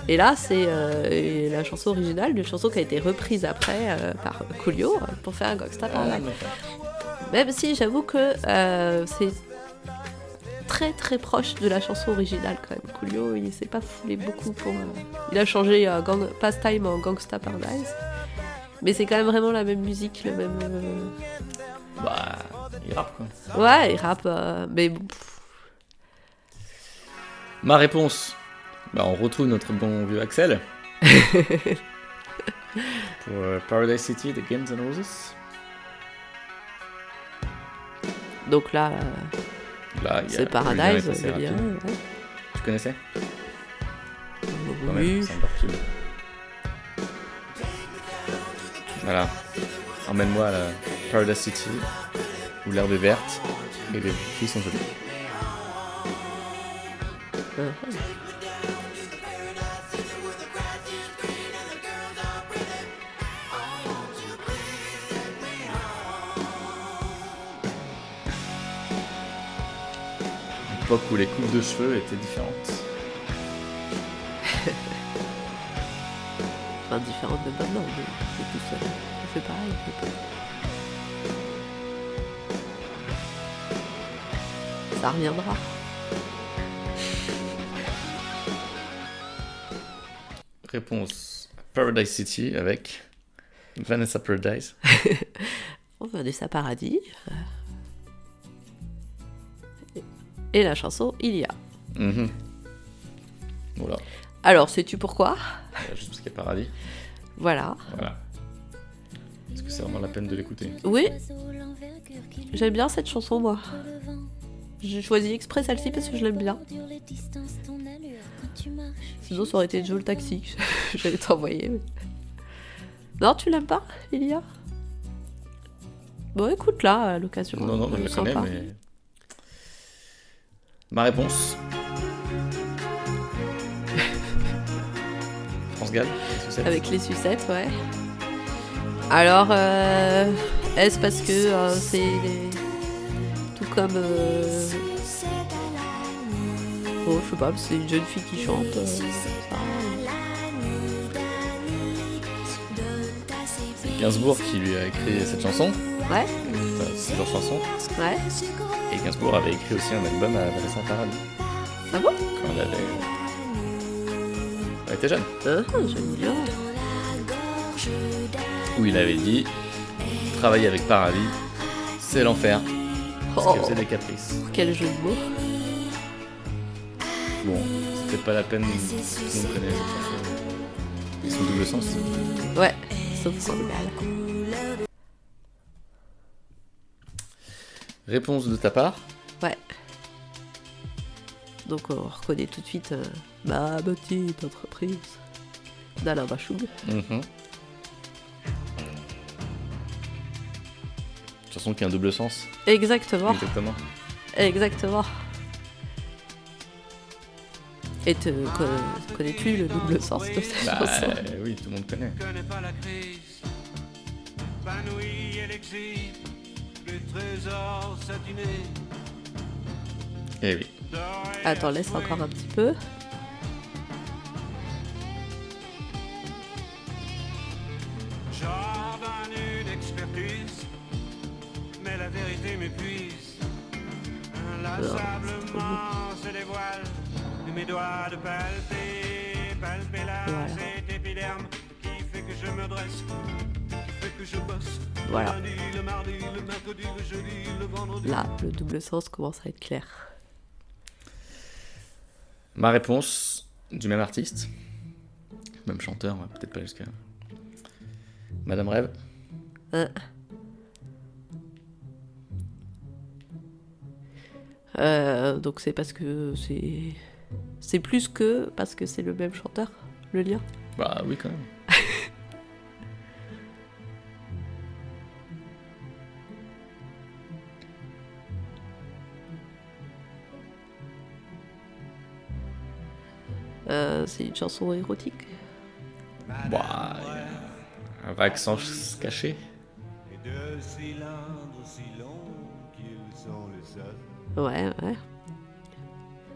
B: Et là, c'est euh, et la chanson originale d'une chanson qui a été reprise après euh, par Coolio euh, pour faire Gangsta Paradise. Même si j'avoue que euh, c'est très très proche de la chanson originale quand même. Coolio, il s'est pas foulé beaucoup pour. euh, Il a changé euh, gang... Pastime en Gangsta Paradise. Mais c'est quand même vraiment la même musique, le même. euh,
A: Bah, il rappe quoi.
B: Ouais, il rappe, euh, mais bon, pff,
A: Ma réponse, bah, on retrouve notre bon vieux Axel. Pour euh, Paradise City de Games and Roses.
B: donc là, euh,
A: Là, il y a-
B: c'est
A: le lien est
B: Paradise,
A: passé
B: le lien.
A: rapide.
B: ouais.
A: Tu connaissais Quand même,
B: Oui.
A: c'est encore plus. Voilà. Emmène-moi à la Paradise City, où l'herbe est verte et les filles sont jolies.
B: Euh,
A: L'époque où les coupes de cheveux étaient différentes.
B: Enfin, différente de maintenant, mais c'est tout ça. On fait pareil. on fait pas. Ça reviendra.
A: Réponse Paradise City avec Vanessa Paradise.
B: On va de sa paradis. Et la chanson, il y a.
A: Mhm. Voilà,
B: Alors, sais-tu pourquoi
A: Euh, juste parce qu'il y a paradis.
B: Voilà.
A: Voilà. Est-ce que c'est vraiment la peine de l'écouter
B: Oui, j'aime bien cette chanson, moi. J'ai choisi exprès celle-ci parce que je l'aime bien. Sinon, ça aurait été Joe le taxi. que J'allais t'envoyer. mais- Non, tu l'aimes pas, Ilia Bon, écoute là, à l'occasion.
A: Non, non,
B: on
A: je
B: le
A: la
B: sent
A: connais,
B: pas.
A: mais. Ma réponse. France Gall, les sucettes.
B: Avec les sucettes, ouais. Alors, euh, est-ce parce que euh, c'est des- tout comme. euh, Oh, je sais pas, c'est une jeune fille qui chante. euh, ça.
A: Gainsbourg qui lui a écrit cette chanson,
B: Ouais,
A: enfin, c'est leur chanson,
B: ouais.
A: et Gainsbourg avait écrit aussi un album à Vanessa Paradis
B: Ah bon
A: quand elle avait. Elle était jeune.
B: Ah, J'aime bien.
A: Où il avait dit Travailler avec Paradis, c'est l'enfer, parce
B: Oh,
A: qu'elle faisait des caprices.
B: quel jeu de mots.
A: Bon, c'était pas la peine qu'on connaisse cette chanson. Et son double sens.
B: Ouais, sauf Sandal.
A: Réponse de ta part
B: Ouais. Donc on reconnaît tout de suite euh, ma petite entreprise d'Alain Bachung.
A: Mhm. Chanson qui a un double sens,
B: Exactement, Oh.
A: exactement.
B: exactement. Et te co- connais-tu le double sens de cette
A: Bah
B: chanson
A: euh, oui, tout le monde connaît.
D: connais pas la crise. Panoui et l'exil, le trésor satiné.
A: Eh oui.
B: Attends, laisse encore un petit peu.
D: Jardin nu d'expertise, mais la vérité m'épuise. Inlassablement se dévoile de mes doigts de palper, palper là
B: Voilà.
D: cet épiderme qui fait que je me dresse, qui fait que je bosse. Le
B: Voilà.
D: lundi, le mardi, le mercredi, le jeudi, le vendredi.
B: Là, le double sens commence à être clair.
A: Ma réponse du même artiste, même chanteur, ouais, peut-être pas jusqu'à. Madame Rêve.
B: Hein Euh, donc c'est parce que c'est c'est plus que parce que c'est le même chanteur le lien
A: Bah oui quand même.
B: Euh, c'est une chanson érotique
A: Bah, y a un vague sans ch- cacher.
H: Et deux cylindres si longs qu'ils sont le sol.
B: ouais ouais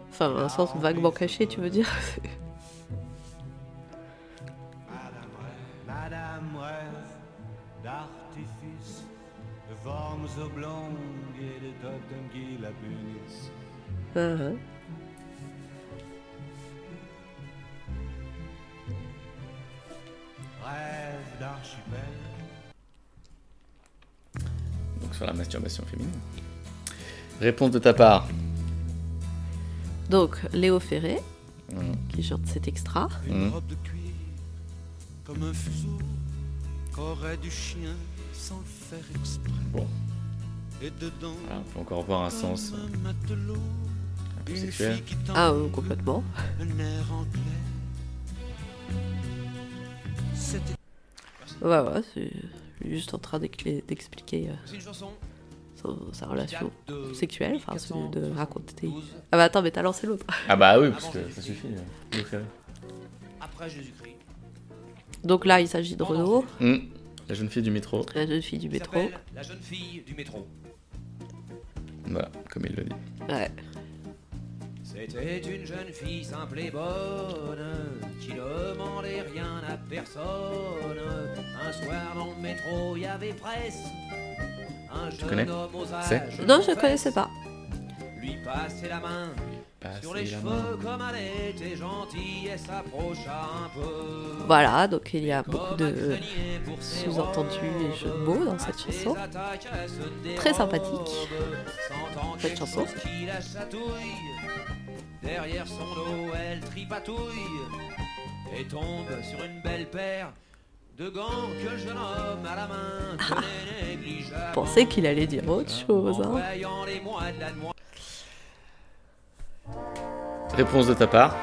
B: enfin
I: Ah,
B: un sens vaguement caché tu veux dire
H: Madame rêve, Madame rêve d'artifice, de formes oblongues et de totems qui la punissent.
B: Hein, hein.
H: Rêve d'archipel,
A: Donc sur la masturbation féminine. Réponse de ta part.
B: donc Léo Ferré
A: Mhm.
I: Mm.
B: qui chante cet extra
A: Mhm.
D: robe de cuir, comme un fuseau qu'aurait du chien sans le faire exprès.
A: Bon.
D: Et dedans,
A: Voilà, Ah, on peut encore voir un sens euh,
D: un matelot,
A: un peu
D: une
A: sexuel.
D: fille qui tend
B: ah euh, complètement
D: un air anglais. C'était
B: ouais ouais c'est juste en train d'ex- d'expliquer euh,
I: C'est une chanson
B: son- sa relation Bah, sexuelle enfin celui de raconter
I: 12
B: ah bah attends mais t'as lancé l'autre
A: Ah bah oui, parce que ça suffit. euh, de faire.
I: après Jésus-Christ.
B: donc là il s'agit de Renaud
A: Mhm. La jeune fille du métro.
B: la jeune fille du
I: Il
B: métro
I: s'appelle La jeune fille du métro.
A: Voilà, comme il le dit.
B: ouais
I: C'était une jeune fille simple et bonne qui ne demandait rien à personne. Un soir dans le métro, il y avait presse. Un jeune
A: connais
I: homme aux
A: C'est
I: âges
B: non
I: de
B: je connaissais pas
I: fesses Lui passait la main sur les
A: Passer la main.
I: cheveux comme elle était gentille et s'approcha un peu.
B: Voilà, donc il y a
I: Comme
B: beaucoup
I: un
B: de euh,
I: crânier pour ses
B: sous-entendus et jeux de
I: robes,
B: mots dans cette
I: à ses
B: chanson.
I: attaques, à se
B: Très sympathique.
I: dérobe, sentant
B: Cette
I: quelque
B: chanson.
I: chose qui la chatouille. Derrière son dos, elle tripatouille et tombe sur une belle paire de gants que le jeune homme à la main tenait négligemment.
B: pensais Ah, qu'il allait dire autre chose.
I: En
B: hein.
I: voyant les moines, la noire
A: Réponse de ta part.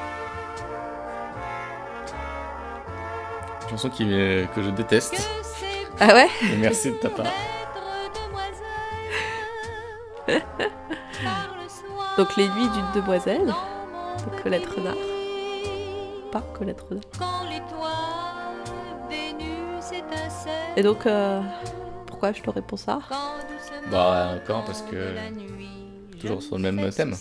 A: Chanson qui, euh, que je déteste.
B: Ah ouais
A: Et merci de ta part.
B: Donc les nuits d'une demoiselle de Colette Renard. Pas Colette Renard. Et donc, euh, pourquoi je te réponds ça
A: Bah ouais, encore parce que toujours sur le même thème.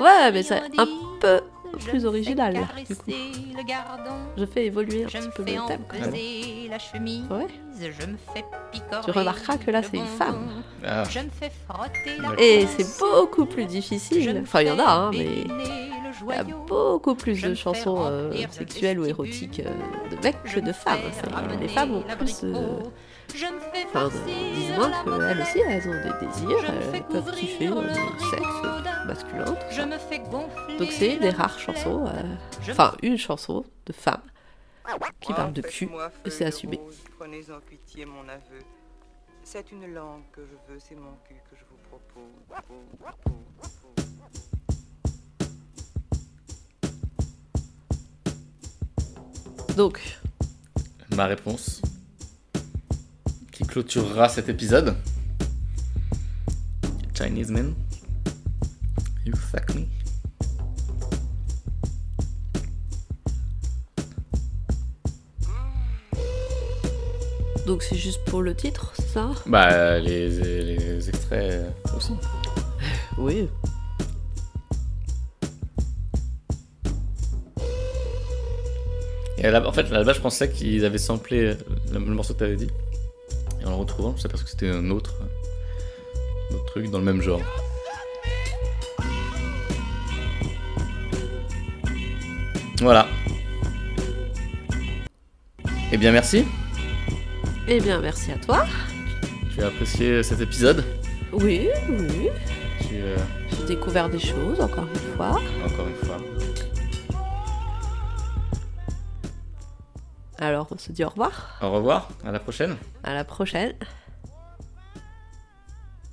B: Ouais, mais c'est un peu plus original. Du coup,
C: Le gardon,
B: je fais évoluer un
C: je
B: petit
C: me
B: peu
C: fais
B: le thème. quand même.
C: empeser la chemise,
B: Ouais.
C: je me fais picorer.
B: Tu remarqueras que là,
C: le
B: c'est une
C: bonbon,
B: femme.
A: Ah,
C: Je me fais frotter la
B: Et
C: pince,
B: c'est beaucoup plus
C: je
B: difficile.
C: me
B: Enfin, il y en a, hein,
C: fais
B: mais
C: béniner le
B: il y a
C: joyau,
B: beaucoup plus
C: Je
B: de
C: me fais
B: chansons euh,
C: remplir de
B: sexuelles ou
C: vestibule.
B: érotiques euh, de mecs que
C: je
B: de
C: me
B: femmes.
C: fais
B: C'est-
C: ramener
B: Les femmes ont plus.
C: l'abricot,
B: euh,
C: Je me fais
B: Enfin,
C: farcir
B: dis-moi
C: la
B: qu'elles aussi,
C: mandale,
B: elles ont des désirs,
C: Je me fais
B: elles peuvent
C: couvrir
B: kiffer euh,
C: le
B: du sexe
C: rideau.
B: masculin. tout
C: Je
B: ça.
C: me fais gonfler.
B: Donc c'est une des
C: la
B: rares
C: plaie.
B: chansons, euh,
C: Je me
B: enfin une chanson de femme qui parle de cul. et c'est assumé.
F: Prenez-en pitié, mon aveu. C'est une langue que je veux, c'est mon cul que je vous propose. Oh, oh, oh.
B: Donc,
A: ma réponse. Qui clôturera cet épisode. Chinese men. You fuck me.
B: Donc c'est juste pour le titre, c'est ça
A: Bah, les, les extraits euh, aussi.
B: Oui.
A: Et à la- en fait, à la base, je pensais qu'ils avaient samplé euh, le, le morceau que t'avais dit. Et en le retrouvant, je me suis aperçu que c'était un autre, euh, un autre truc dans le même genre. Voilà. Eh bien, merci.
B: Eh bien, merci à toi.
A: Tu as apprécié cet épisode.
B: Oui, oui.
A: Tu, euh,
B: J'ai découvert des choses, encore une fois.
A: encore une fois.
B: Alors, on se dit au revoir.
A: Au revoir, à la prochaine.
B: À la prochaine.